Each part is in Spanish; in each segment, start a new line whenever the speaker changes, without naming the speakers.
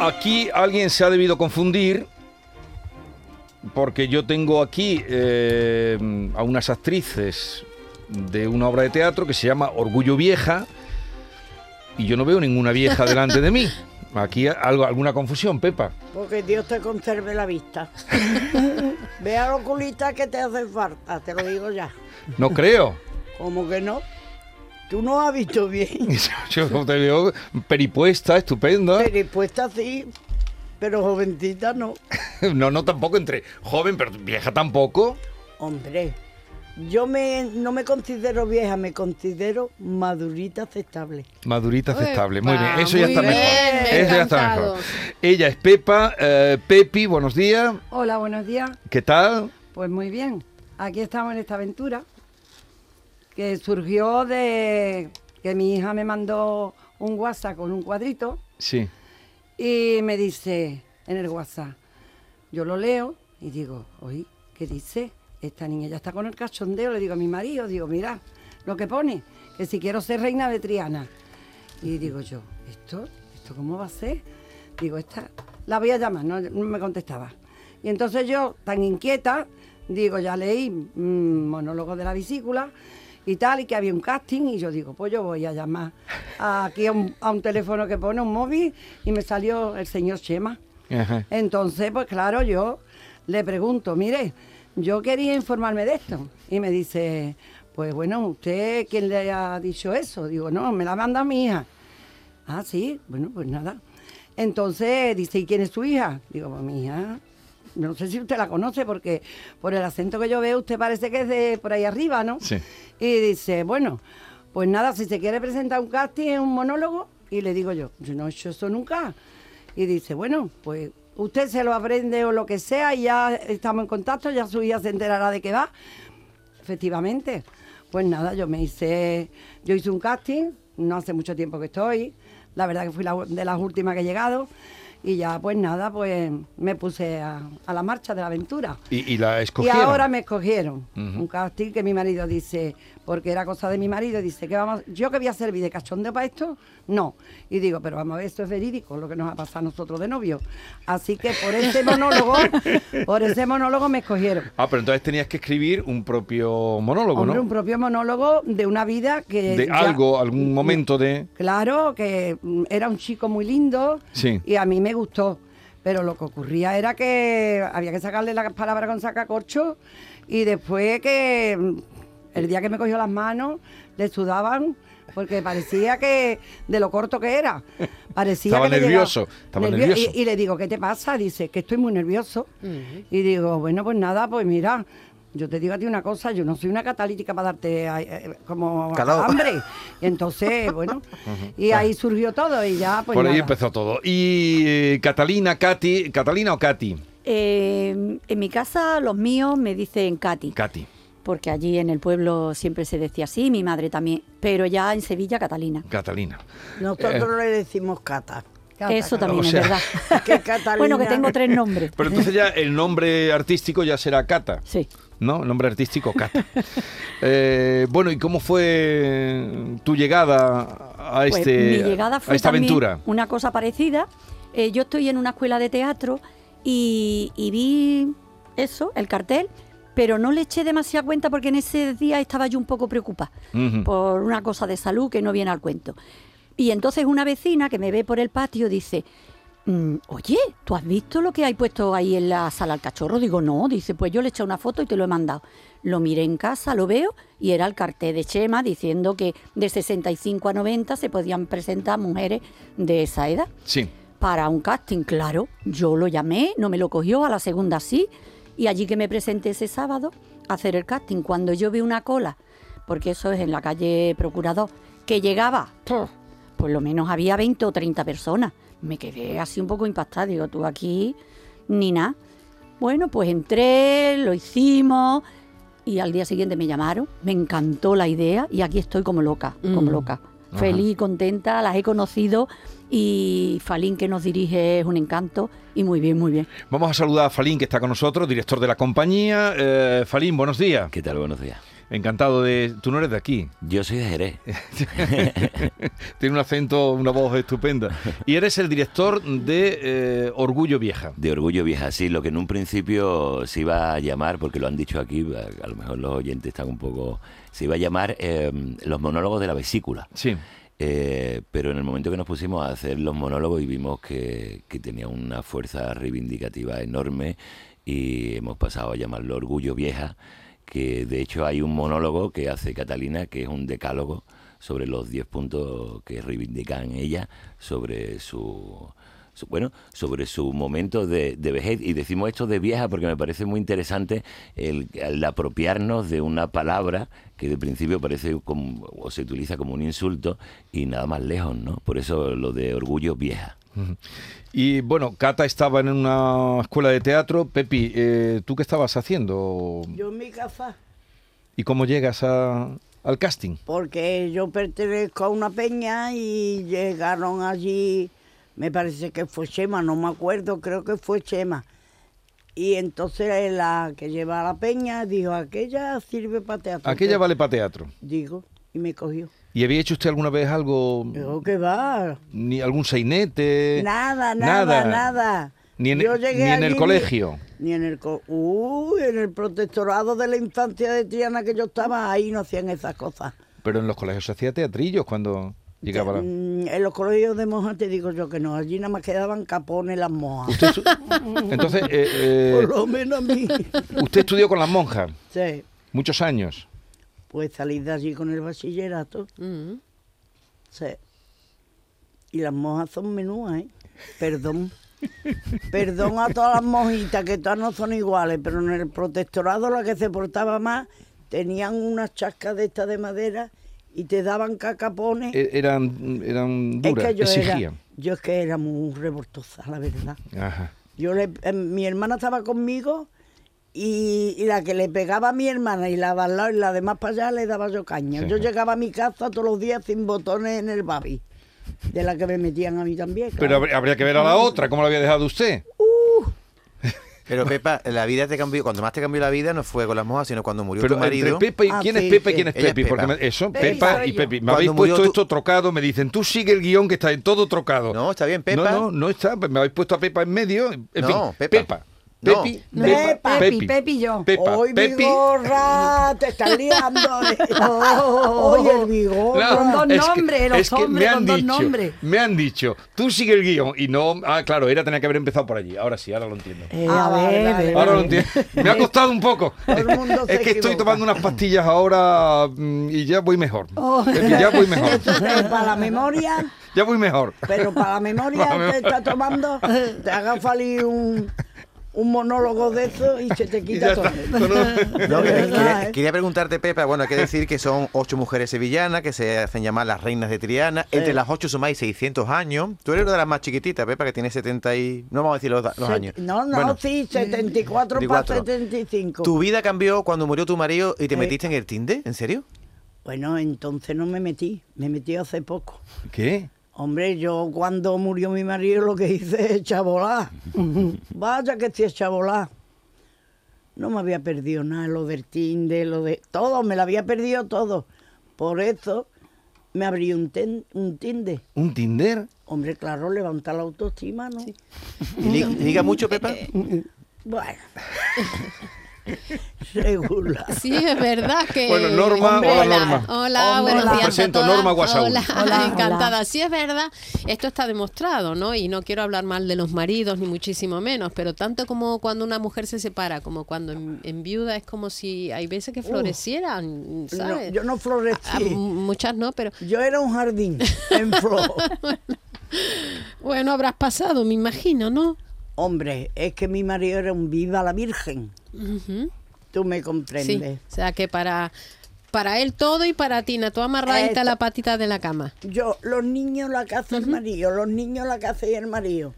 Aquí alguien se ha debido confundir porque yo tengo aquí eh, a unas actrices de una obra de teatro que se llama Orgullo Vieja y yo no veo ninguna vieja delante de mí. Aquí algo, alguna confusión, Pepa.
Porque Dios te conserve la vista. Ve a los culitas que te hace falta, te lo digo ya.
No creo.
Como que no. Tú no has visto bien.
Yo te veo peripuesta, estupenda.
Pero puesta sí, pero jovencita no.
No, no tampoco entre joven, pero vieja tampoco.
Hombre, yo me, no me considero vieja, me considero madurita aceptable.
Madurita aceptable. Muy bien,
Epa,
eso ya
muy
está
bien,
mejor.
me ha
eso ya está
encantado.
mejor. Ella es Pepa. eh, Pepi, buenos días.
Hola, buenos días.
¿Qué tal?
Pues muy bien, aquí estamos en esta aventura que surgió de que mi hija me mandó un WhatsApp con un cuadrito
Sí.
y me dice en el WhatsApp, yo lo leo y digo, oye, ¿qué dice? Esta niña ya está con el cachondeo, le digo a mi marido, digo, mira lo que pone, que si quiero ser reina de Triana. Y digo yo, ¿esto? ¿Esto cómo va a ser? Digo, esta, la voy a llamar, no, no me contestaba. Y entonces yo, tan inquieta, digo, ya leí mm, monólogo de la vesícula y tal, y que había un casting, y yo digo, pues yo voy a llamar aquí a un, a un teléfono que pone un móvil, y me salió el señor Chema.
Ajá.
Entonces, pues claro, yo le pregunto, mire, yo quería informarme de esto. Y me dice, pues bueno, ¿usted quién le ha dicho eso? Digo, no, me la manda mi hija. Ah, sí, bueno, pues nada. Entonces dice, ¿y quién es su hija? Digo, pues mi hija, no sé si usted la conoce porque por el acento que yo veo usted parece que es de por ahí arriba, ¿no?
Sí.
Y dice, bueno, pues nada, si se quiere presentar un casting, un monólogo, y le digo yo, yo no he hecho eso nunca. Y dice, bueno, pues usted se lo aprende o lo que sea, y ya estamos en contacto, ya su hija se enterará de qué va. Efectivamente. Pues nada, yo me hice, yo hice un casting, no hace mucho tiempo que estoy, la verdad que fui la u- de las últimas que he llegado, y ya pues nada, pues me puse a, a la marcha de la aventura.
Y, y la
Y
escogieron.
ahora me escogieron. Un casting que mi marido dice, porque era cosa de mi marido, dice que vamos, yo que voy a servir de cachondeo para esto, no. Y digo, pero vamos a ver, esto es verídico, lo que nos ha pasado a nosotros de novio. Así que por ese monólogo, por ese monólogo me escogieron.
Ah, pero entonces tenías que escribir un propio monólogo,
Hombre,
¿no?
un propio monólogo de una vida que.
de
ya-
algo, algún momento de...
Claro, que mm, era un chico muy lindo
Sí.
y a mí me gustó. Pero lo que ocurría era que había que sacarle la palabra con sacacorcho y después que mm, el día que me cogió las manos le sudaban porque parecía que de lo corto que era. Parecía
Estaba
que le llegaba-
nervioso, estaba
Nervio-
nervioso.
Y, y le digo, ¿qué te pasa? Dice, que estoy muy nervioso. Y digo, bueno, pues nada, pues mira, yo te digo a ti una cosa, yo no soy una catalítica para darte eh, eh, como
Calor.
hambre. Y entonces, bueno, y ahí surgió todo y ya, pues
Por ahí
nada.
empezó todo. Y eh, Catalina, Katy, ¿Catalina o Katy?
Eh, en mi casa los míos me dicen Katy,
Katy,
porque allí en el pueblo siempre se decía así, mi madre también, pero ya en Sevilla Catalina.
Catalina. Eh.
Nosotros le decimos cata.
Cata,
Eso
cata.
también
O sea,
es verdad.
que Catalina-
Bueno, que tengo tres nombres.
Pero entonces ya el nombre artístico ya será Cata.
Sí.
¿No? El nombre artístico, Cata. Eh, bueno, ¿y cómo fue tu llegada a,
Pues,
este,
mi llegada fue
a esta
también
aventura?
una cosa parecida. Eh, yo estoy en una escuela de teatro y, y vi eso, el cartel, pero no le eché demasiada cuenta porque en ese día estaba yo un poco preocupada
Ujú.
por una cosa de salud que no viene al cuento. Y entonces una vecina que me ve por el patio dice, mm, oye, ¿tú has visto lo que hay puesto ahí en la sala al cachorro? Digo, no, dice, pues yo le he echado una foto y te lo he mandado. Lo miré en casa, lo veo, y era el cartel de Chema diciendo que de 65 a 90 se podían presentar mujeres de esa edad
Sí.
para un casting, claro. Yo lo llamé, no me lo cogió, a la segunda sí. Y allí que me presenté ese sábado a hacer el casting, cuando yo vi una cola, porque eso es en la calle Procurador, que llegaba, ¡puf! por lo menos había 20 o 30 personas. Me quedé así un poco impactada, digo, tú aquí ni nada. Bueno, pues entré, lo hicimos y al día siguiente me llamaron, me encantó la idea y aquí estoy como loca, como loca. Feliz, contenta, las he conocido y Falín que nos dirige es un encanto y muy bien, muy bien.
Vamos a saludar a Falín, que está con nosotros, director de la compañía. Eh, Falín, buenos días.
¿Qué tal? Buenos días.
Encantado de... Tú no eres de aquí.
Yo soy de Jerez.
Tiene un acento, una voz estupenda. Y eres el director de eh, Orgullo Vieja.
De Orgullo Vieja, sí, lo que en un principio se iba a llamar, porque lo han dicho aquí, a, a lo mejor los oyentes están un poco. Se iba a llamar eh, Los monólogos de la vesícula.
Sí.
Eh, pero en el momento que nos pusimos a hacer los monólogos y vimos que, que tenía una fuerza reivindicativa enorme y hemos pasado a llamarlo Orgullo Vieja, que de hecho hay un monólogo que hace Catalina, que es un decálogo sobre los 10 puntos que reivindican ella sobre su... su- Bueno, sobre su momento de, de vejez. Y decimos esto de vieja porque me parece muy interesante el, el apropiarnos de una palabra que de principio parece como, o se utiliza como un insulto y nada más lejos, ¿no? Por eso lo de orgullo vieja.
Y bueno, Cata estaba en una escuela de teatro. Pepi, eh, ¿tú qué estabas haciendo?
Yo en mi casa,
¿Y cómo llegas a- al casting?
porque yo pertenezco a una peña y llegaron allí, me parece que fue Chema, no me acuerdo, creo que fue Chema. Y entonces la que lleva la peña dijo, aquella sirve para teatro.
Aquella vale para teatro.
Digo, y me cogió.
¿Y había hecho usted alguna vez algo,
Digo, ¿qué va?
ni algún sainete?
Nada, nada, nada.
Eh, Ni en,
Yo
ni
llegué
en
allí
el
ni-
colegio.
Ni, en el co- Uy, en el protectorado de la infancia de Triana que yo estaba, ahí no hacían esas cosas.
Pero en los colegios se hacía teatrillos cuando llegaba la...
Mm, En los colegios de monjas te digo yo que no, allí nada más quedaban capones las monjas.
Usted estu- Entonces, eh, eh,
Mm. Por lo menos a mí.
usted estudió con las monjas
sí,
muchos años.
pues salí de allí con el bachillerato.
Mm.
Sí. Y las monjas son menúas, ¿eh? Perdón. Perdón a todas las mojitas, que todas no son iguales, pero en el protectorado la que se portaba más tenían unas chascas de estas de madera y te daban cacapones.
E- Eran, eran duras,
yo era,
exigían.
yo es que era muy revoltosa, la verdad.
Ajá.
Yo le- eh, mi hermana estaba conmigo y, y la que le pegaba a mi hermana y la de al lado y la de más para allá le daba yo caña.
Sí.
Yo llegaba a mi casa todos los días sin botones en el babi, de la que me metían a mí también.
Pero
claro.
habr- habría que ver
Mm.
a la otra, ¿cómo la había dejado usted?
Pero Pepa, la vida te cambió. Cuando más te cambió la vida no fue con las mojas, sino cuando murió
Pero
tu
entre
marido.
Pepa y
Ah,
quién es
sí,
Pepa y
sí.
quién es
Ella es
Pepi, porque
Pepa.
me- eso,
Pepa y
Pepa
soy
y
yo.
Pepi. Me
Cuando
habéis
murió
puesto
tú-
esto trocado, me dicen, tú sigue el guión que está en todo trocado.
No, está bien,
No,
Pepa.
no, no está, me habéis puesto a Pepa en medio. En
No,
fin,
Pepa.
Pepa.
No.
Pepi,
No,
Pepa,
Pepi, Pepi yo.
Pepa,
Hoy
Pepi.
Vigorra, te estás liando. eh.
Oh.
Hoy el Vigorra.
Con dos
es que-
nombres, los
es que
hombres
me han
con dos
dicho,
nombres.
Me han dicho, tú sigue el guión y no. Ah, claro, era tenía que haber empezado por allí. Ahora sí, ahora lo entiendo.
Eh,
Ah,
a ver,
vale,
a ver,
vale.
Ahora
a
lo
ver.
entiendo. Me ha costado un poco.
Todo el mundo
es
se
que estoy
equivoca.
tomando unas pastillas ahora mm, y ya voy mejor. Pepi, Ya voy mejor.
Esto es para la memoria.
Ya voy mejor.
Pero para la memoria
Para la
te está tomando, te haga salir un, un monólogo de eso y se te
Y ya
quita todo.
está. Con un-
No,
De
quería,
verdad,
quería-
¿eh?
quería preguntarte, Pepa. Bueno, hay que decir que son ocho mujeres sevillanas que se hacen llamar las reinas de Triana. Entre las ocho sumáis 600 años. Tú eres una de las más chiquititas, Pepa, que tiene 70 y. No vamos a decir los, da- los
Se-
años.
No, no,
Bueno, mm,
sí, 74
74.
para 75.
Tu vida cambió cuando murió tu marido y te
Eh.
metiste en el Tinder, ¿en serio?
Bueno, entonces no me metí, me metí hace poco.
¿Qué?
Hombre, yo cuando murió mi marido lo que hice es echar a volar. Vaya que estoy hecha a volar. No me había perdido nada, lo del Tinder, lo de... Todo, me lo había perdido todo. Por eso me abrí un, ten- un Tinder.
¿Un Tinder?
Hombre, claro, levanta la autoestima, ¿no? Eh,
¿Y li- liga mucho, Pepa?
Bueno. Regular.
Sí, es verdad que...
Bueno, Norma,
Hombre,
hola,
hola
Norma.
Hola,
Hola.
buenos días a
Presento,
todas.
Norma Guasaúl.
Hola,
Hola,
encantada.
hola.
Sí, es verdad, esto está demostrado, ¿no? Y no quiero hablar mal de los maridos, ni muchísimo menos, pero tanto como cuando una mujer se separa, como cuando en, viuda, es como si hay veces que florecieran,
No,
¿sabes?
yo no
Ah, m-
florecí.
muchas no, pero
Yo era un jardín en flor.
bueno, habrás pasado, me imagino, ¿no?
Hombre, es que mi marido era un viva la Virgen.
Ujú.
Tú me
Sí,
comprendes.
o sea que para, para él todo y para Tina, tú amarradita
Esto.
a la patita de la cama.
Yo, los niños la casa y el marido, los niños la casa y el marido.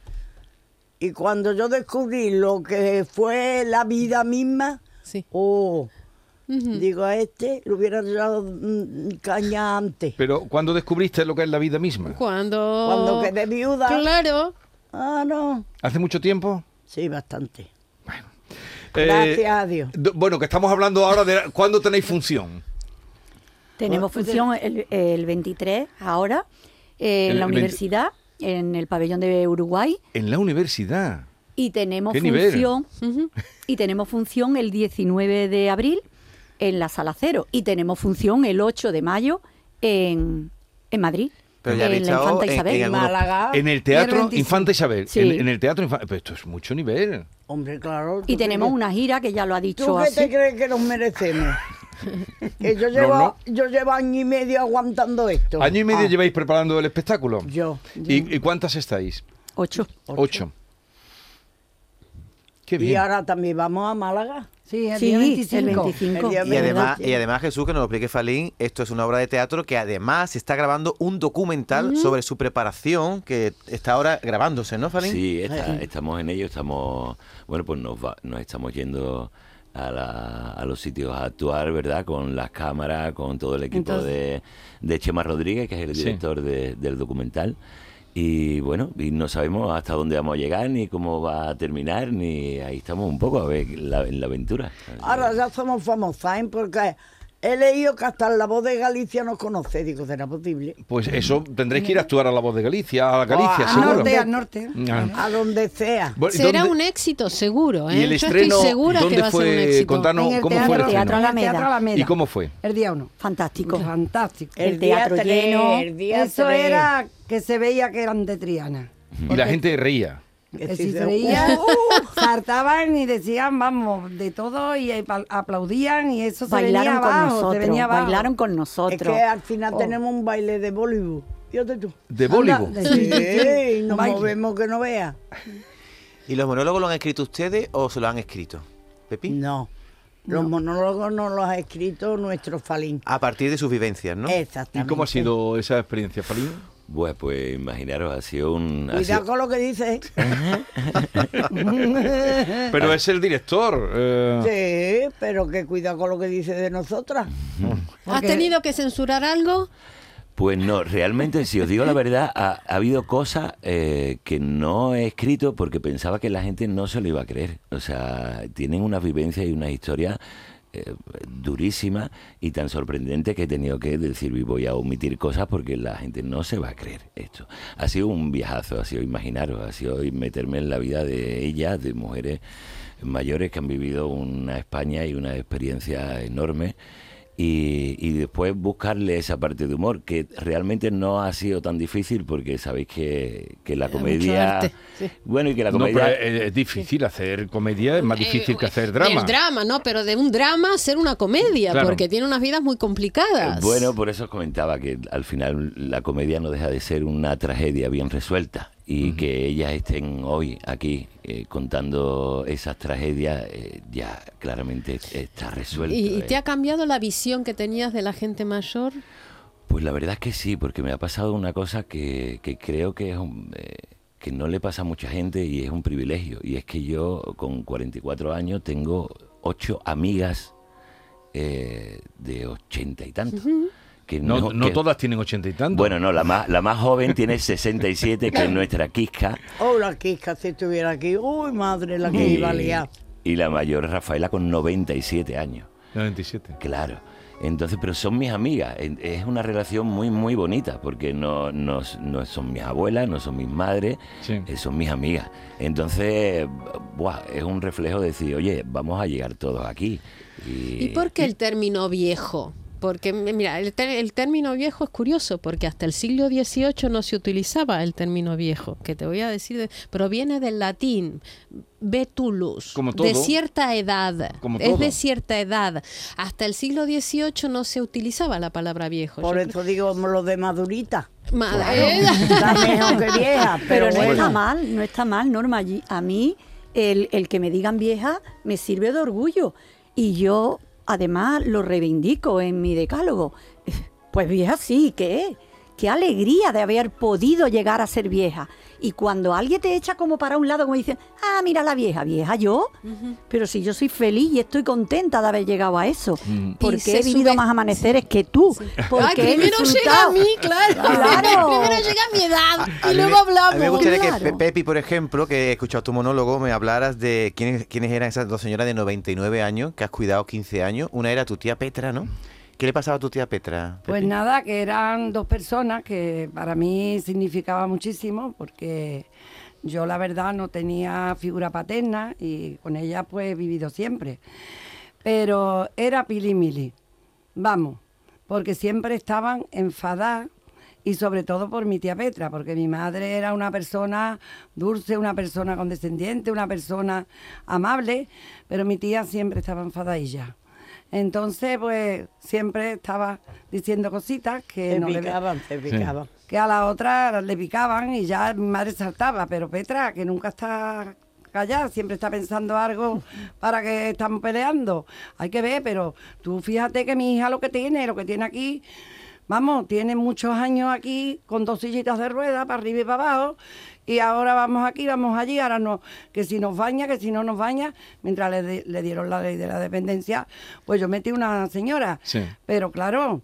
Y cuando yo descubrí lo que fue la vida misma,
Sí.
oh,
Ujú.
digo a este, le hubiera dado mm, caña antes.
Pero cuando descubriste lo que es la vida misma,
Cuando...
Cuando quedé viuda.
Oh, Claro.
Ah, no.
hace mucho tiempo.
Sí, bastante.
Eh,
Gracias a Dios.
do- bueno, que estamos hablando ahora de cuándo tenéis función.
Tenemos función el, el 23 ahora eh,
El-
en la
el 20
universidad, en el pabellón de Uruguay.
En la universidad.
Y tenemos
¿Qué nivel?
función. Y tenemos función el 19 de abril en la sala cero. Y tenemos función el 8 de mayo en, en Madrid.
Pero ya
en
habéis
la
estado
Infanta
en-
Isabel.
en algunos-
Ah,
Málaga.
En el Teatro
25.
Infanta Isabel.
Sí.
En, en el Teatro Infanta... Pero esto es mucho nivel.
Hombre, claro.
Y
¿tú
tenemos
qué-
una gira que ya lo ha dicho
¿Tú qué te
así.
crees que nos merecemos? que yo llevo,
no.
yo llevo año y medio aguantando esto.
Año y medio
Ah,
lleváis preparando el espectáculo.
Yo.
¿Y, y cuántas estáis?
Ocho.
Ocho. Qué
Y
bien.
ahora también vamos a Málaga.
Sí, el
Sí,
día
el
25.
25.
El día
Y
¿verdad?
además, y además, Jesús, que nos lo explique Falín, esto es una obra de teatro que además se está grabando un documental sobre su preparación que está ahora grabándose, ¿no, Falín?
Sí, está- estamos en ello, estamos, bueno, pues nos, va- nos estamos yendo a, la- a los sitios a actuar, ¿verdad? Con las cámaras, con todo el equipo de, de Chema Rodríguez, que es el
Sí.
director de- del documental. Y bueno, y no sabemos hasta dónde vamos a llegar, ni cómo va a terminar, ni ahí estamos un poco a ver la- en la aventura.
Ahora ya somos famosas, ¿eh? porque he leído que hasta la voz de Galicia nos conoce. Digo, ¿será posible?
Pues eso, tendréis que ir a actuar a la voz de Galicia, a Galicia,
Ah,
Al
seguro.
norte, al norte.
Ah.
A donde sea.
Bueno, ¿y
Será
dónde-
un éxito, seguro. ¿eh?
¿Y el
Yo
estreno
estoy segura
dónde
que va a ser
fue?
un éxito.
Contanos-
En el
¿cómo fue
teatro,
el estreno?
en el Teatro Alameda.
¿Y cómo fue?
El día uno.
Fantástico.
Fantástico.
El teatro
tres,
lleno.
El día
Eso
tres.
era que se veía que eran de Triana.
Y la gente reía.
Que
Que
Eh, sí
Eh, si
se- Uh.
se veía, saltaban y decían, vamos, de todo y apl- aplaudían y eso se
Bailaron
venía
con
abajo, se
nosotros.
venía abajo.
Bailaron con
Es
nosotros.
que al final tenemos un baile de Bollywood. Fíjate tú.
De
Anda,
Bollywood.
de-
Sí, y nos
Baile.
movemos que no veas.
¿Y los monólogos lo han escrito ustedes o se lo han escrito? Pepi.
No. Los monólogos no los ha escrito nuestro Falín.
Ah,
A partir de sus vivencias, ¿no?
Eh,
¿Y
Exactamente.
cómo ha sido esa experiencia, Falín?
Bueno, pues imaginaros, ha sido un...
Ah,
ha sido-
Cuidado con lo que eh, dices.
Pero es el director. eh,
Sí, pero que cuidado con lo que dices de nosotras.
¿Has tenido que censurar algo?
Pues no, realmente, si os digo la verdad, ha, ha habido cosas eh, que no he escrito porque pensaba que la gente no se lo iba a creer. O sea, tienen unas vivencias y unas historias eh, durísimas y tan sorprendentes que he tenido que decir, "Uy, voy a omitir cosas porque la gente no se va a creer esto. Ha sido un viajazo, ha sido imaginaros, ha sido meterme en la vida de ellas, de mujeres mayores que han vivido una España y una experiencia enorme y, y después buscarle esa parte de humor, que realmente no ha sido tan difícil porque sabéis que, que la
Mucho
comedia...
arte, sí.
Bueno, y que la
No,
comedia...
pero es, es difícil hacer comedia, es más difícil que hacer drama.
Del Eh, drama, ¿no? Pero de un drama hacer una comedia,
Claro.
porque tiene unas vidas muy complicadas.
Eh, Bueno, por eso os comentaba que al final la comedia no deja de ser una tragedia bien resuelta y que ellas estén hoy aquí eh, contando esas tragedias eh, ya claramente está resuelto.
¿Y, y
eh.
te ha cambiado la visión que tenías de la gente mayor?
Pues la verdad es que sí, porque me ha pasado una cosa que, que creo que es un, eh, que no le pasa a mucha gente y es un privilegio. Y es que yo con 44 años tengo ocho amigas eh, de ochenta y tantos. que
No, no
que-
todas tienen ochenta y tantos.
Bueno, no, la más, la más joven tiene 67, que es nuestra Quisca.
Oh, la Quisca, si estuviera aquí. Uy, madre, la que
Y,
iba a liar.
y la mayor Rafaela con 97 años.
97.
Claro. Entonces, pero son mis amigas. En- Es una relación muy, muy bonita, porque no, no, no son mis abuelas, no son mis madres,
Sí.
eh, son mis amigas. Entonces, buah, es un reflejo de decir, oye, vamos a llegar todos aquí. Y,
¿Y por qué el término viejo? Porque, m- mira, el, té- el término viejo es curioso, porque hasta el siglo XVIII no se utilizaba el término viejo, que te voy a decir, de- proviene del latín, vetulus,
Como
de
todo.
cierta edad,
Como
es
todo.
de cierta edad. Hasta el siglo XVIII no se utilizaba la palabra viejo.
Por
Yo
eso digo lo de madurita.
creo- Ma- ¿eh?
Está mejor que vieja,
Pero
pero,
no
bueno.
está mal, no está mal, Norma. Allí- A mí, el, el que me digan vieja me sirve de orgullo. Y yo, además, lo reivindico en mi decálogo. Pues vieja sí, ¿qué es? Qué alegría de haber podido llegar a ser vieja. Y cuando alguien te echa como para un lado, como dicen, ah, mira la vieja, vieja yo. Pero si yo soy feliz y estoy contenta de haber llegado a eso,
se
porque he vivido
sube-
más amaneceres que tú. Porque
Ay,
he
primero llega a
disfrutado.
mí, claro.
Claro.
primero llega a mi edad
A mí
y
me-
luego hablamos.
A mí me gustaría que
Claro.
Pe- Pepi, por ejemplo, que he escuchado tu monólogo, me hablaras de quiénes, quiénes eran esas dos señoras de 99 años que has cuidado 15 años. Una era tu tía Petra, ¿no? ¿Qué le pasaba a tu tía Petra?
Pues
Pepi?
nada, que eran dos personas que para mí significaba muchísimo porque yo la verdad no tenía figura paterna y con ella pues he vivido siempre. Pero era pilimili, vamos, porque siempre estaban enfadadas y sobre todo por mi tía Petra, porque mi madre era una persona dulce, una persona condescendiente, una persona amable, pero mi tía siempre estaba enfadadilla. Entonces, pues siempre estaba diciendo cositas que
Se
no le-
picaban, se picaban.
que a la otra le picaban y ya mi madre saltaba, pero Petra, que nunca está callada, siempre está pensando algo para que están peleando. Hay que ver, pero tú fíjate que mi hija lo que tiene, lo que tiene aquí, vamos, tiene muchos años aquí con dos sillitas de rueda para arriba y para abajo. Y ahora vamos aquí, vamos allí, ahora no, que si nos baña, que si no nos baña, mientras le, di- le dieron la ley de la dependencia, pues yo metí una señora.
Sí.
Pero claro,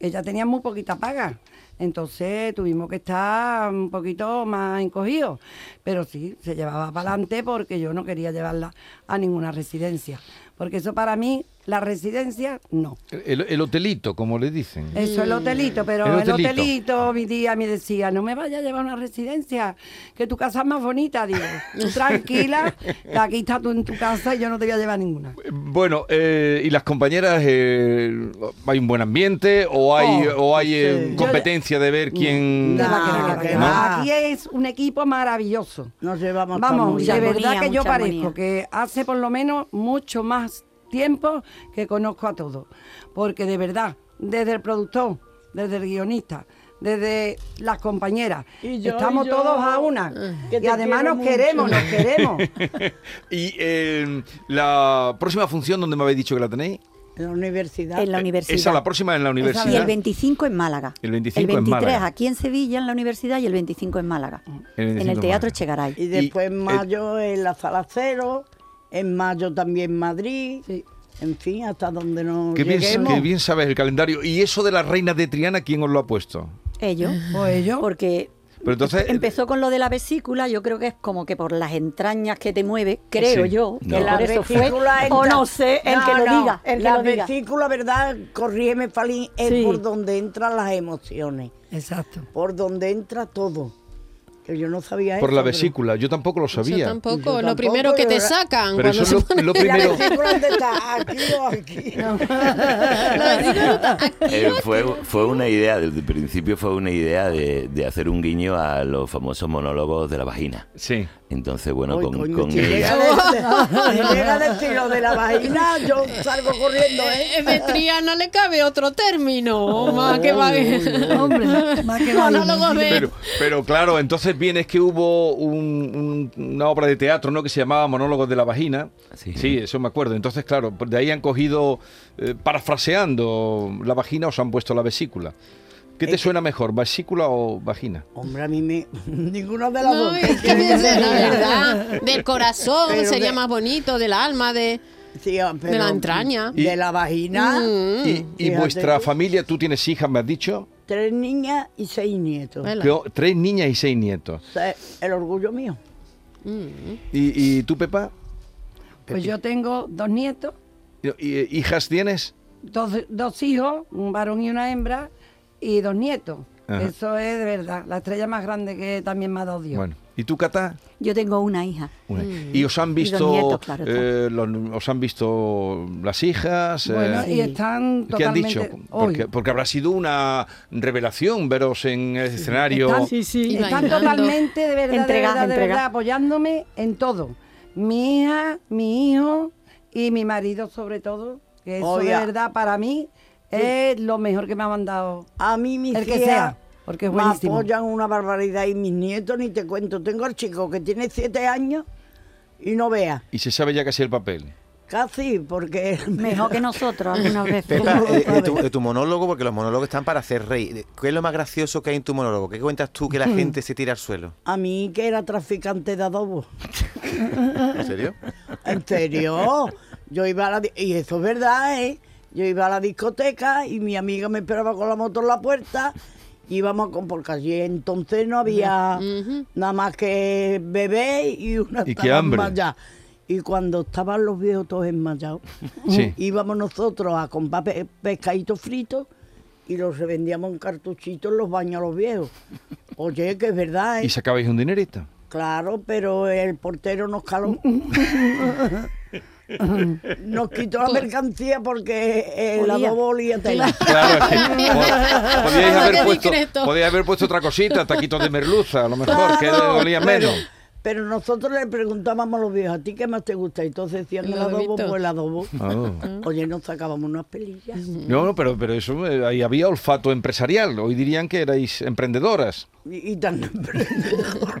ella tenía muy poquita paga. Entonces tuvimos que estar un poquito más encogidos. Pero sí, se llevaba para adelante porque yo no quería llevarla a ninguna residencia. Porque eso para mí, la residencia, no.
El, el hotelito, como le dicen.
Eh.
Eso, el hotelito, pero
El
el
hotelito.
hotelito. mi tía me decía, no me vayas a llevar a una residencia, que tu casa es más bonita, digo. Tú tranquila, que aquí estás tú en tu casa y yo no te voy a llevar a ninguna.
Bueno, eh, ¿y las compañeras? eh, ¿Hay un buen ambiente o hay, o hay eh,
Oh, sí. Mm.
competencia de ver quién...?
Que
No,
va, que va, que va, que
que
va.
va.
Aquí es un equipo maravilloso.
Nos llevamos tan
Vamos,
muy
de
mucha
bien.
verdad
armonía,
que yo
mucha
parezco
armonía.
que hace por lo menos mucho más tiempo que conozco a todos. Porque de verdad, desde el productor, desde el guionista, desde las compañeras,
Y yo,
estamos
y yo, eh,
todos a una.
que
Y
te
además
quiero
nos queremos,
mucho.
nos queremos.
¿Y eh, la próxima función donde me habéis dicho que la tenéis?
En la universidad.
En la universidad.
Esa, la próxima en la universidad.
Y el 25 en Málaga.
El 25 en
23
Málaga.
aquí en Sevilla, en la universidad, y el 25 en Málaga.
25
en
en
el Teatro
Málaga.
Chegaray.
Y después
eh,
en mayo en la Sala Cero, en mayo también Madrid,
Sí.
en fin, hasta donde nos
Qué bien,
lleguemos.
qué bien sabes el calendario. ¿Y eso de las reinas de Triana, quién os lo ha puesto?
Ellos.
O ellos.
Porque em-,
Pero entonces-
empezó con lo de la vesícula, yo creo que es como que por las entrañas que te mueve, creo
Sí.
yo,
No.
que
La
por eso fue,
vesícula
o
entra-
no sé, el
No,
que lo
no,
diga, el que
la
lo diga.
vesícula, ¿verdad? Corrígeme, Palín, es
Sí.
por donde entran las emociones,
Exacto.
por donde entra todo. Que yo no sabía
Por
eso,
la
pero-
vesícula. Yo tampoco lo sabía.
Yo tampoco,
Yo
lo primero
tampoco,
que te
pero-
sacan
Pero
cuando
eso
se
es lo,
pone-
lo
La
primero.
vesícula ¿dónde está? aquí o aquí.
Eh, fue, fue una idea, desde el principio fue una idea de, de hacer un guiño a los famosos monólogos de la vagina.
Sí.
Entonces, bueno,
Ay,
con,
coño,
con
si llega
ella.
a decir- si llega a decir lo de la vagina, yo salgo corriendo, ¿eh?
Eh, De Triana le cabe otro término.
Oh,
más que va
Hombre, más que va
Monólogo de.
Pero, pero claro, entonces bien es que hubo un- un- una obra de teatro ¿no? que se llamaba Monólogos de la Vagina. Sí.
Sí.
eso me acuerdo. Entonces, claro, de ahí han cogido, eh, parafraseando la vagina, os han puesto la vesícula. ¿Qué te suena mejor, vesícula o vagina?
Hombre, a mí me... Ninguna de las
No,
dos.
es que
¿Quieres
de-
que
la
te diga?
verdad, del corazón
Pero
sería
de-
más bonito, del alma, de.
Sí, ah, pero-
De la entraña.
De la vagina.
Mm.
y y
fíjate
vuestra
tú.
familia, tú tienes hijas, me has dicho,
Tres niñas y seis nietos.
Vela.
que- tres niñas y seis nietos.
O sea, el orgullo mío.
Mm.
¿Y, y tú, Pepa?
Pues yo tengo dos nietos
¿Y- ¿Hijas tienes?
Dos, dos hijos, un varón y una hembra, y dos nietos.
Ajá.
Eso es de verdad, la estrella más grande que también me ha dado Dios.
Bueno. ¿Y tú, Cata?
Yo tengo una hija.
Una.
Mm.
¿Y os han
Y dos
visto
nietos, claro, está.
eh, los- os han visto las hijas? eh,
Bueno, y
Sí.
están
¿Qué han
totalmente...
dicho?
Hoy.
Porque, porque habrá sido una revelación veros en el escenario.
Sí,
Y
Están
bailando.
totalmente, de verdad,
Entrega,
de verdad, de
entrega.
verdad, apoyándome en todo. Mi hija, mi hijo y mi marido sobre todo. Que eso
Oiga.
de verdad para mí es lo mejor que me ha mandado.
A mí mis
El que
hijas
sea, porque es
me
buenísimo.
apoyan una barbaridad y mis nietos ni te cuento. Tengo al chico que tiene siete años y no vea.
Y se sabe ya casi el papel.
Casi, porque...
Mejor que nosotros algunas veces.
Pepa,
¿Cómo lo
eh, de,
sabes?
tu, de tu monólogo, porque los monólogos están para hacer reír. Eh, ¿Qué es lo más gracioso que hay en tu monólogo? ¿Qué cuentas tú que la gente se tira al suelo?
A mí que era traficante de adobo.
¿En serio?
En serio, yo iba a la di- y eso es verdad, ¿eh? Yo iba a la discoteca y mi amiga me esperaba con la moto en la puerta. Íbamos con, porque allí entonces no había
Ujú.
nada más que bebé y una
Y qué
estaba
hambre.
enmayada. Y cuando estaban los viejos todos enmayados,
Mm.
Sí.
íbamos nosotros a comprar pe- pescaditos fritos y los revendíamos en cartuchitos en los baños a los viejos. Oye, que es verdad, ¿eh?
¿Y sacabais un dinerito?
Claro, pero el portero nos caló. nos quitó la mercancía porque el
Olía.
adobo olía a tela.
Claro, es que pod- podíais,
Ahora
haber
qué
puesto,
discreto.
podíais haber puesto otra cosita, taquitos de merluza, a lo mejor, que
Claro,
dolía
pero-
menos.
Pero nosotros le preguntábamos a los viejos, ¿a ti qué más te gusta? Y Entonces decían
El
el adobo,
adobito.
pues el adobo.
Ah.
Oye, nos sacábamos unas pelillas.
No, no, pero, pero eso, eh, ahí había olfato empresarial. Hoy dirían que erais emprendedoras.
Y, y tan emprendedor.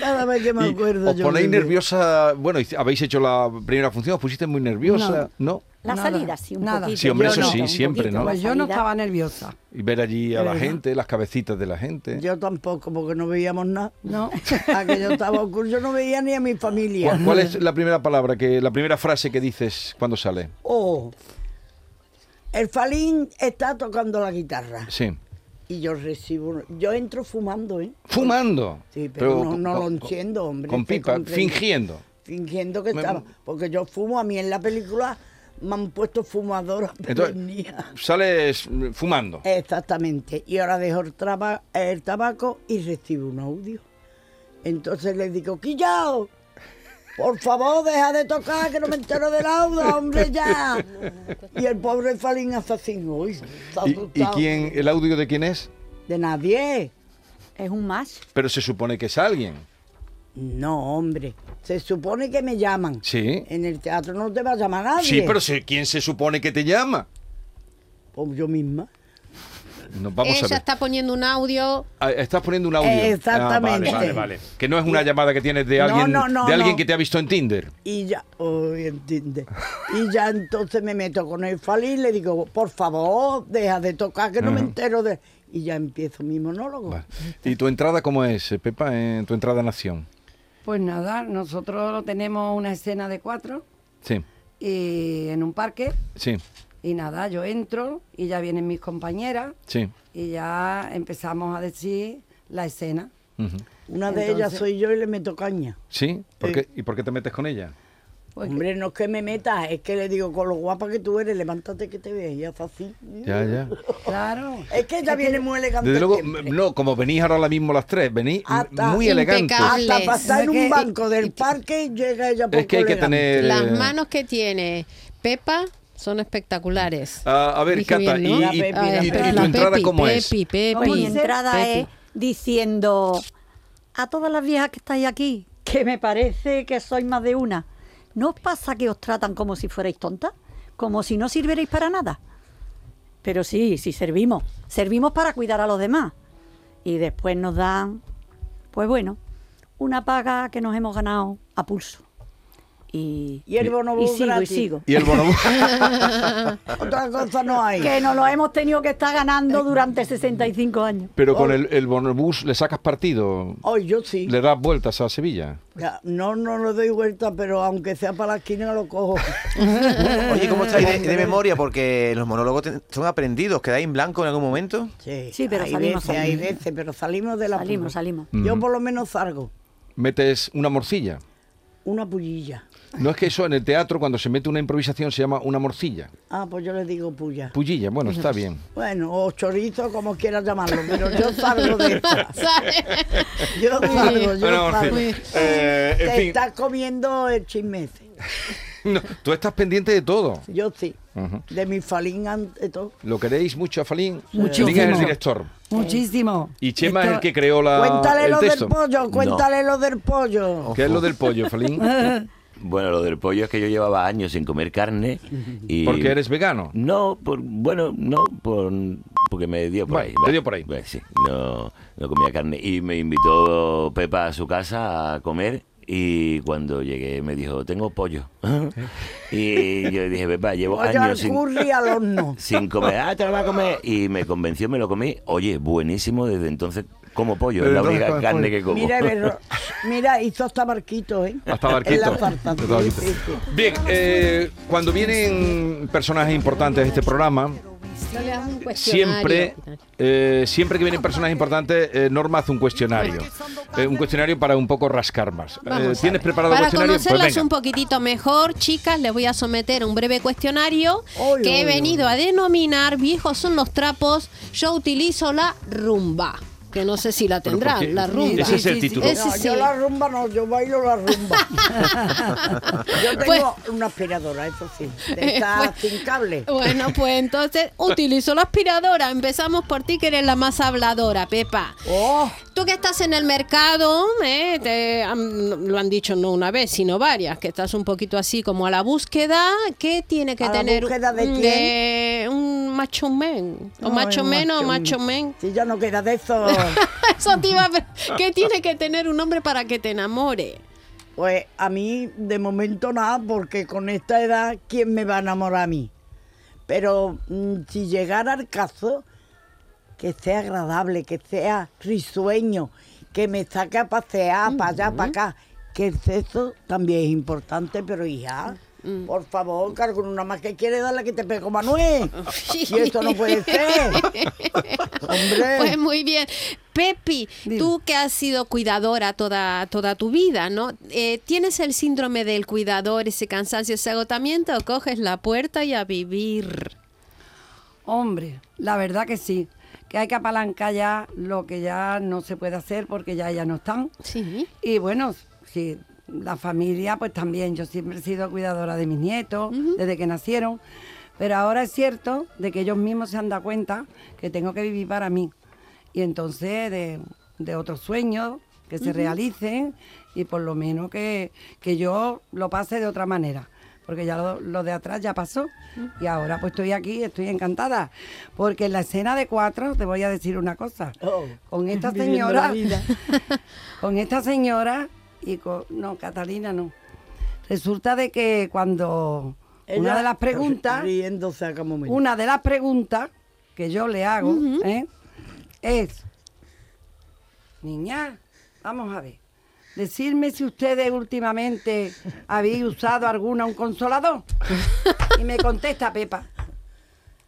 Cada vez que me
Y
acuerdo
os
yo.
ponéis
me-
nerviosa, bueno, hic- habéis hecho la primera función, os pusisteis muy nerviosa, ¿no?
La
Nada,
salida sí, un
nada.
poquito.
Sí, hombre,
yo
eso
no,
sí,
un
siempre,
poquito,
¿no?
la
Pues yo no
salida.
estaba nerviosa.
Y ver allí a
De
la
verdad.
gente, las cabecitas de la gente.
Yo tampoco, porque no veíamos nada.
No.
A que yo estaba oscuro, yo no veía ni a mi familia.
¿Cuál, cuál es la primera palabra, que la primera frase que dices cuando sale?
Oh, el Falín está tocando la guitarra
Sí.
y yo recibo. Yo entro fumando, ¿eh?
Fumando.
Sí, pero, no,
con-
no lo
con-
entiendo, hombre.
Con
este
pipa,
complejo.
fingiendo.
Fingiendo que
Me-
estaba. Porque yo fumo, a mí en la película me han puesto fumadora.
Entonces-
perennia.
Sales mm, fumando.
Eh, Exactamente. Y ahora dejo el, traba- el tabaco y recibo un audio. Entonces le digo, Quillao, por favor, deja de tocar, que no me entero del audio, hombre, ya. Y el pobre Falín asesino, uy, está
¿Y, y
asustado.
quién, el audio de quién es?
De nadie.
Es un match.
Pero se supone que es alguien.
No, hombre. Se supone que me llaman.
Sí.
En el teatro no te va a llamar nadie.
Sí, pero se- ¿quién se supone que te llama?
O Pues yo misma.
No, vamos a
Ella
ver.
está poniendo un audio.
Ah, Estás poniendo un audio. Ah, vale,
Exactamente.
vale, vale. Que no es una llamada que tienes de
No,
alguien,
no, no,
de alguien
no.
que te ha visto en Tinder.
Y ya, uy, entiende. Y ya entonces me meto con el Falín y le digo, por favor, deja de tocar, que no me
Ajá.
entero de. Y ya empiezo mi monólogo.
Vale. ¿Y tu entrada cómo es, eh, Pepa, en tu entrada a Nación?
Pues nada, nosotros tenemos una escena de cuatro
Sí,
y en un parque
sí,
y nada, yo entro y ya vienen mis compañeras
sí.
y ya empezamos a decir la escena.
Ujú.
Una de ellas
Entonces-
soy yo y le meto caña.
¿Sí? ¿Por
Sí.
qué- ¿Y por qué te metes con ella?
Pues
Hombre, no es que me metas, es que le digo, con lo guapa que tú eres, levántate que te veas y haz así.
Ya, ya.
Claro.
Es que ella viene muy elegante.
Desde luego,
siempre.
m- no, como venís ahora la mismo las tres, venís m-
Hasta
muy elegantes.
impecable.
Hasta pasar en
Es
un
que-
banco del parque y llega ella por
Es que hay que tener...
Las
eh,
manos que tiene Pepa son espectaculares.
Ah, a, a ver,
Dije
Cata,
bien,
y,
¿no?
La
y-
Pepi,
Ay,
la
y- y
Pepi.
pero
tu
la
entrada
Pepi,
cómo es.
Pepi,
Oye,
Pepi,
mi
dice?
Eh, pues, entrada
Pepi.
es diciendo a todas las viejas que estáis aquí, que me parece que sois más de una, ¿no os pasa que os tratan como si fuerais tontas? Como si no sirvierais para nada. Pero sí, sí servimos. Servimos para cuidar a los demás. Y después nos dan, pues bueno, una paga que nos hemos ganado a pulso. Y,
Y el bono
y sigo, y
gratis.
sigo.
Y el bono...
Otra cosa no hay.
Que nos lo hemos tenido que estar ganando durante 65 años.
eh, Pero con el, el bonobús le sacas partido,
Hoy yo Oh. sí.
le das vueltas a Sevilla.
Ya, No, no le doy vuelta, pero aunque sea para la esquina lo cojo.
Oye, ¿cómo estáis de, de memoria? Porque los monólogos ten- son aprendidos. ¿Quedáis en blanco en algún momento?
Sí,
Sí, pero
hay
salimos,
veces, hay
salimos.
veces, pero salimos de la
Mm.
Salimos, salimos.
Yo por lo menos salgo.
Metes una morcilla.
Una pullilla.
No es que eso en el teatro, cuando se mete una improvisación, se llama una morcilla.
Ah, pues yo le digo puya.
Pullilla, bueno, está bien.
Bueno, o chorizo, como quieras llamarlo, pero yo salgo de esta. Yo salgo, yo
Bueno,
salgo.
morcilla. Eh, en
Te
fin,
estás comiendo el chismece.
no, tú estás pendiente de todo.
Yo sí.
Ujú.
De mi falín ante todo.
Lo queréis mucho a Falín.
Muchísimo.
Falín es el director.
Muchísimo.
Y Chema
Esto-
es el que creó la,
cuéntale
Ah, el
lo
texto.
del pollo, cuéntale lo del pollo.
¿Qué es lo del pollo, Falín?
Bueno, lo del pollo es que yo llevaba años sin comer carne. Y
Porque eres vegano.
No, por, bueno, no, por, porque me dio por
Bueno,
ahí.
te dio por ahí.
Bueno, sí, no, no comía carne. Y me invitó Pepa a su casa a comer. Y cuando llegué me dijo, tengo pollo. y yo le dije, Pepa, llevo
Pollo
años
al
sin,
curry al horno.
sin comer. Ah, te lo vas a comer. Y me convenció, me lo comí. Oye, buenísimo, desde entonces como pollo. es
Desde
la
entonces
única
comes
carne
pollo.
que como.
Mira, pero- mira, hizo hasta barquitos, ¿eh?
Hasta
En
barquito.
la tarta,
Hasta
sí,
barquito.
sí, sí.
Bien, eh, cuando vienen personajes importantes de este programa,
No le hagas un
siempre,
cuestionario.
eh, siempre que vienen personajes importantes, eh, Norma hace un cuestionario. Eh, un cuestionario para un poco rascar más.
Vamos
Eh,
a
¿Tienes
ver.
preparado
Para
cuestionario? Pues
conocerlas
venga.
un poquitito mejor, chicas, les voy a someter un breve cuestionario
Oy,
que
oy,
he venido a denominar Viejos son los trapos, yo utilizo la rumba. Que no sé si la
Pero ¿por qué?
tendrán, la rumba.
Ese es el
Sí, sí, sí.
título.
Ese
No,
sí.
yo la rumba no, yo bailo la rumba. yo tengo
Pues-
una aspiradora, eso sí.
Eh,
de Está
pues-
sin cable.
Bueno, pues entonces utilizo la aspiradora. Empezamos por ti, que eres la más habladora, Pepa.
Oh,
Tú que estás en el mercado, eh, te han- lo han dicho no una vez, sino varias, que estás un poquito así como a la búsqueda, ¿qué tiene que
¿A la
tener
búsqueda de
un-
quién?
de un macho men? ¿O
no,
macho
es
men o macho men?
Si ya no queda de eso,
Eso te iba a pre- ¿Qué tiene que tener un hombre para que te enamore?
pues a mí de momento nada, porque con esta edad, ¿quién me va a enamorar a mí? Pero mm, si llegara el caso, que sea agradable, que sea risueño, que me saque a pasear para allá, para acá. Que el sexo también es importante, pero hija, por favor, cargo una más que quiere darle que te pego Manuel. Y esto no puede ser. Hombre.
Pues muy bien. Pepi,
Dime.
tú que has sido cuidadora toda, toda tu vida, ¿no? Eh, ¿Tienes el síndrome del cuidador, ese cansancio, ese agotamiento? ¿O coges la puerta y a vivir?
Hombre, la verdad que sí. Que hay que apalancar ya lo que ya no se puede hacer porque ya ya no están.
Sí.
Y bueno, sí, la familia, pues también. Yo siempre he sido cuidadora de mis nietos desde que nacieron. Pero ahora es cierto de que ellos mismos se han dado cuenta que tengo que vivir para mí. Y entonces de, de otros sueños que se realicen y por lo menos que, que yo lo pase de otra manera. Porque ya lo, lo de atrás ya pasó. Y ahora pues estoy aquí, estoy encantada. Porque en la escena de cuatro te voy a decir una cosa.
Oh,
Con esta
viviendo la
señora
vida.
con esta señora y con... No, Catalina no. Resulta de que cuando...
Ella
una de las preguntas...
Riéndose a cada momento.
Una de las preguntas que yo le hago ¿eh? es... Niña, vamos a ver. Decirme si ustedes últimamente habéis usado alguna un consolador. Y me contesta Pepa.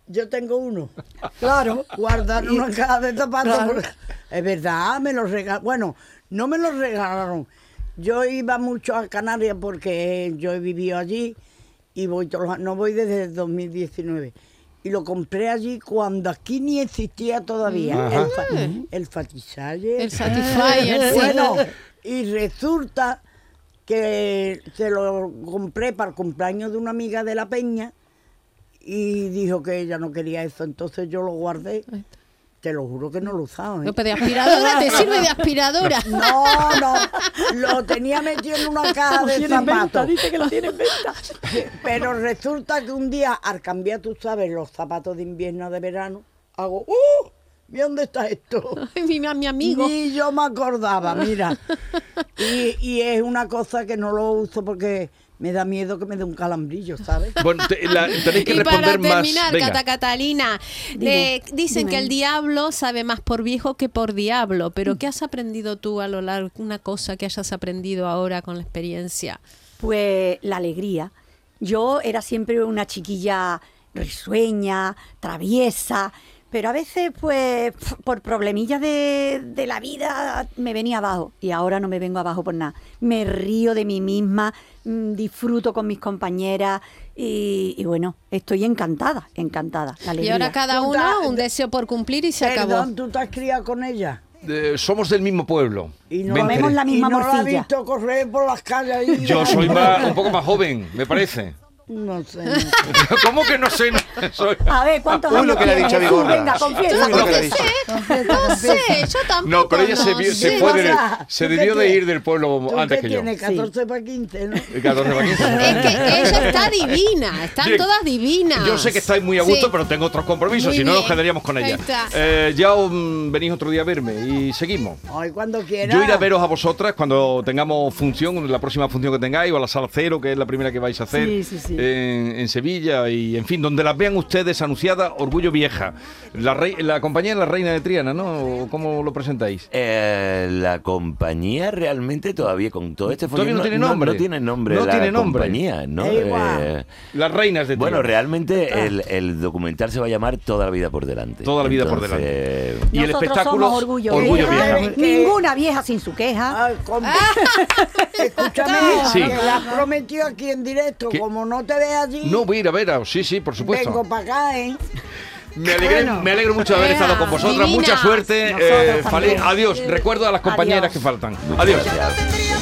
Yo tengo uno.
Claro.
Guardar una caja de zapatos.
Claro.
porque- Es verdad, me los regalaron. Bueno, no me los regalaron. Yo iba mucho a Canarias porque yo he vivido allí y voy todos los años- no voy desde el 2019. Y lo compré allí cuando aquí ni existía todavía.
Mm.
Ajá.
El, fa- el Fatisalle.
El Satisfyer. sí.
Bueno, y resulta que se lo compré para el cumpleaños de una amiga de la Peña y dijo que ella no quería eso, entonces yo lo guardé. Te lo juro que no lo usaba. ¿eh?
No, pero de aspiradora, te sirve de aspiradora.
No, no, lo tenía metido en una caja de zapatos. dice que lo tiene Pero resulta que un día, al cambiar, tú sabes, los zapatos de invierno a de verano, hago, ¡uh! ¿Y dónde está esto?
Ay, mi, mi amigo.
Ni yo me acordaba, mira. Y, y es una cosa que no lo uso porque me da miedo que me dé un calambrillo, ¿sabes?
Bueno, te- la- tenéis que
Y para
responder más.
terminar,
Venga.
Cata Catalina,
Dime,
eh, dicen
dime.
que el diablo sabe más por viejo que por diablo, pero ¿qué has aprendido tú a lo largo, una cosa que hayas aprendido ahora con la experiencia?
Pues la alegría. Yo era siempre una chiquilla risueña, traviesa, Pero a veces, pues, pf, por problemillas de, de la vida, me venía abajo. Y ahora no me vengo abajo por nada. Me río de mí misma, mm, disfruto con mis compañeras y, y bueno, estoy encantada, encantada. la
Y
alegría.
ahora cada
Tú da-
uno un deseo por cumplir y se
Perdón,
acabó.
¿tú te has criado con ella?
Eh, somos del mismo pueblo.
Y no,
Me
la,
enteré.
Comemos la
y
misma
no la has
morcilla.
visto correr por las calles ahí.
Yo soy más, un poco más joven, me parece.
No sé.
¿Cómo que no sé? No soy-
A ver, ¿cuántos
Uy,
años
lo que le ha
tienes,
dicho a
Jesús?
Vigorra.
Venga, confiesa.
Uy, lo que le ha dicho.
No sé, yo tampoco.
No, pero ella se, vio- se
sé.
fue
o
del-
sea,
se
¿tú
debió
qué
de ir
tienes?
del pueblo
Tú
antes que yo.
tienes 14 para 15, ¿no?
El 14 de
Es
mañana.
que ella está divina, están
Bien.
todas divinas.
Yo sé que estáis muy a gusto,
Sí.
pero tengo otros compromisos,
Muy
si no nos
bien.
quedaríamos con
Ahí
ella.
está.
Eh, ya mm, venís otro día a verme y seguimos.
Hoy cuando quieras.
Yo iré a veros a vosotras cuando tengamos función, la próxima función que tengáis, o a la sala cero, que es la primera que vais a hacer
Sí, sí, sí.
En, en Sevilla, y en fin, donde las vean ustedes anunciada, Orgullo Vieja. La, rei- la compañía es la reina de Triana, ¿no? ¿O ¿Cómo lo presentáis?
Eh, la compañía realmente todavía con todo este
Todavía
follón,
no tiene nombre.
No, tiene nombre
No
la
tiene nombre.
compañía, ¿no?
Da igual.
Eh,
Las reinas de Triana.
bueno, realmente el, el documental se va a llamar Toda la vida por delante.
Toda la vida por
Entonces,
delante. Y el
Nosotros
espectáculo
somos orgullo,
Vieja.
Vieja.
Ninguna vieja sin su queja.
Ay, con- Escúchame,
Sí.
que la has prometido aquí en directo.
¿Qué?
Como no te veas allí,
No, voy a ir a veros, sí, sí, por supuesto.
vengo para acá, ¿eh?
Me, alegré- me alegro mucho de haber
Ea,
estado con vosotras.
divinas.
Mucha suerte.
Nosotros
eh, Fale-
también.
adiós. Recuerdo a las compañeras
Adiós.
que faltan. Adiós.
ya-
tendría